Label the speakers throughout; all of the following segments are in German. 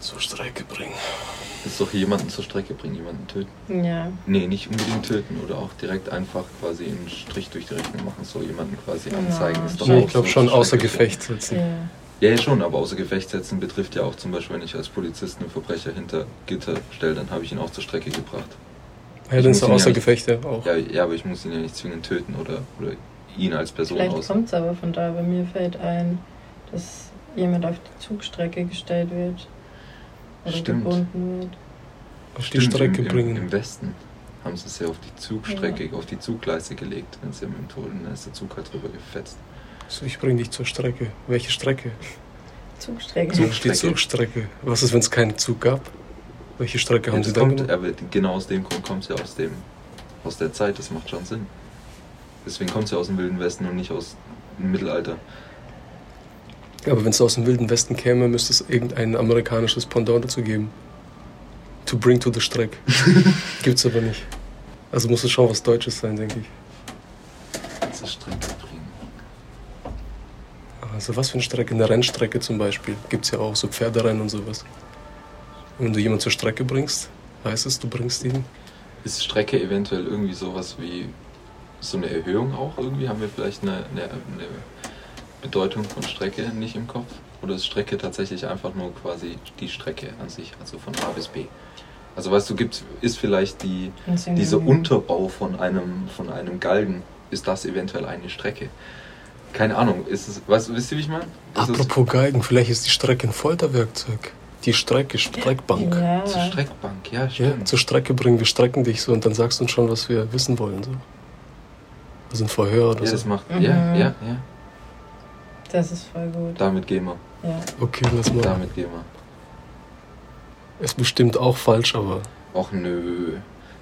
Speaker 1: zur Strecke bringen.
Speaker 2: Ist doch jemanden zur Strecke bringen, jemanden töten.
Speaker 3: Ja.
Speaker 2: Nee, nicht unbedingt töten oder auch direkt einfach quasi einen Strich durch die Rechnung machen, so jemanden quasi anzeigen.
Speaker 3: Ja.
Speaker 2: Ist doch
Speaker 3: Ja,
Speaker 1: Nee,
Speaker 2: auch
Speaker 1: ich glaube
Speaker 2: so
Speaker 1: schon
Speaker 2: zur
Speaker 1: außer
Speaker 2: Strecke
Speaker 1: Gefecht setzen.
Speaker 3: ja.
Speaker 2: Ja, ja, schon, aber außer Gefecht setzen betrifft ja auch zum Beispiel, wenn ich als Polizist einen Verbrecher hinter Gitter stelle, dann habe ich ihn auch zur Strecke gebracht.
Speaker 1: Ja, dann ist
Speaker 2: muss
Speaker 1: er
Speaker 2: ihn
Speaker 1: außer
Speaker 2: ja nicht-
Speaker 1: Gefecht, ja auch.
Speaker 2: Ja, ja aber ich muss ihn ja nicht zwingend töten oder, oder ihn als Person
Speaker 3: Vielleicht
Speaker 2: aus.
Speaker 3: kommt es aber von da, weil mir fällt ein, dass jemand auf die Zugstrecke gestellt wird. Oder
Speaker 2: Stimmt.
Speaker 3: gebunden wird.
Speaker 1: Auf die
Speaker 2: Stimmt,
Speaker 1: Strecke
Speaker 2: im, im,
Speaker 1: bringen.
Speaker 2: Im Westen haben sie es ja auf die Zugstrecke, auf die Zuggleise gelegt, wenn sie am Toten, dann ist der Zug halt drüber gefetzt.
Speaker 1: So, ich bringe dich zur Strecke. Welche Strecke?
Speaker 3: Zugstrecke.
Speaker 2: Zug-
Speaker 1: Die
Speaker 2: Zugstrecke.
Speaker 1: Zugstrecke. Was ist, wenn es keinen Zug gab? Welche Strecke haben
Speaker 2: Ja,
Speaker 1: sie
Speaker 2: das
Speaker 1: dann
Speaker 2: Also kommt,
Speaker 1: genommen?
Speaker 2: aber genau aus dem Grund kommt es ja aus dem, aus der Zeit, das macht schon Sinn. Deswegen kommt es ja aus dem Wilden Westen und nicht aus dem Mittelalter. äh,
Speaker 1: Aber wenn es aus dem Wilden Westen käme, müsste es irgendein amerikanisches Pendant dazu geben. To bring to the Streck. Gibt's aber nicht. Also muss es schon was Deutsches sein, denke ich.
Speaker 2: Zur Strecke bringen.
Speaker 1: Also was für eine Strecke? Eine Rennstrecke zum Beispiel. Gibt's ja auch so Pferderennen und sowas. Und wenn du jemanden zur Strecke bringst, heißt es, du bringst ihn.
Speaker 2: Ist Strecke eventuell irgendwie sowas wie so eine Erhöhung auch irgendwie? Haben wir vielleicht eine, eine, eine Bedeutung von Strecke nicht im Kopf? Oder ist Strecke tatsächlich einfach nur quasi die Strecke an sich, also von A bis B? Also weißt du, gibt, ist vielleicht die,
Speaker 3: Und Synonym.
Speaker 2: dieser Unterbau von einem, von einem Galgen, ist das eventuell eine Strecke? Keine Ahnung, ist es, weißt du, wisst ihr, wie ich meine? Ist es
Speaker 1: Apropos Geigen, vielleicht ist die Strecke ein Folterwerkzeug. Die Strecke, Streckbank.
Speaker 3: Ja.
Speaker 2: zur Streckbank, ja,
Speaker 1: Ja,
Speaker 2: stimmt.
Speaker 1: zur Strecke bringen, wir strecken dich so und dann sagst du uns schon, was wir wissen wollen. So. Also ein Verhör
Speaker 2: Ja,
Speaker 1: oder
Speaker 2: das
Speaker 1: so.
Speaker 2: macht,
Speaker 3: Mhm.
Speaker 2: ja, ja, ja.
Speaker 3: Das ist voll gut.
Speaker 2: Damit gehen wir,
Speaker 3: Ja.
Speaker 1: Okay, lass mal.
Speaker 2: damit gehen wir.
Speaker 1: Ist bestimmt auch falsch, aber
Speaker 2: Och nö.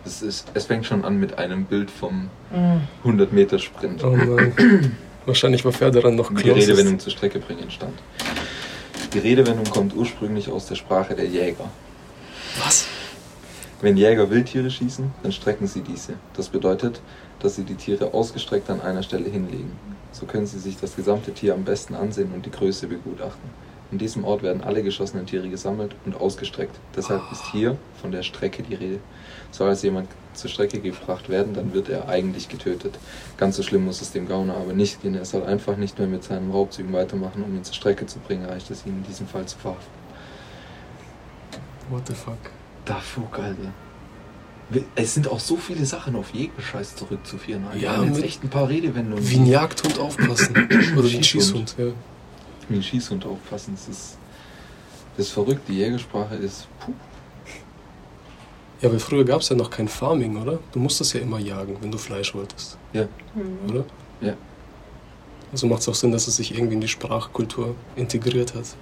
Speaker 2: Es, ist, es fängt schon an mit einem Bild vom
Speaker 3: Mhm.
Speaker 2: 100-Meter-Sprint.
Speaker 1: oh nein. Wahrscheinlich war Pferderan noch
Speaker 2: die
Speaker 1: closest.
Speaker 2: Redewendung zur Strecke bringen entstand. Die Redewendung kommt ursprünglich aus der Sprache der Jäger.
Speaker 1: Was?
Speaker 2: Wenn Jäger Wildtiere schießen, dann strecken sie diese. Das bedeutet, dass sie die Tiere ausgestreckt an einer Stelle hinlegen. So können sie sich das gesamte Tier am besten ansehen und die Größe begutachten. An diesem Ort werden alle geschossenen Tiere gesammelt und ausgestreckt. Deshalb ist hier von der Strecke die Rede. Soll als jemand zur Strecke gebracht werden, dann wird er eigentlich getötet. Ganz so schlimm muss es dem Gauner aber nicht gehen. Er soll einfach nicht mehr mit seinen Raubzügen weitermachen, um ihn zur Strecke zu bringen. Reicht es ihm in diesem Fall zu verhaften.
Speaker 1: What the fuck?
Speaker 2: Da Fug, Alter. Wir- Es sind auch so viele Sachen auf jeden Scheiß zurückzuführen. Alter.
Speaker 1: Ja,
Speaker 2: Wir haben jetzt
Speaker 1: mit-
Speaker 2: echt ein paar Redewendungen.
Speaker 1: Wie ein Jagdhund aufpassen. Oder wie ein
Speaker 2: Schießhund.
Speaker 1: Schießhund, ja.
Speaker 2: Wie ein Schießhund aufpassen. Das ist, das ist verrückt. Die Jägersprache ist. Puh.
Speaker 1: Ja, aber früher gab es ja noch kein Farming, oder? Du musstest ja immer jagen, wenn du Fleisch wolltest,
Speaker 3: Mhm.
Speaker 1: oder?
Speaker 2: Ja.
Speaker 1: Also macht es auch Sinn, dass es sich irgendwie in die Sprachkultur integriert hat.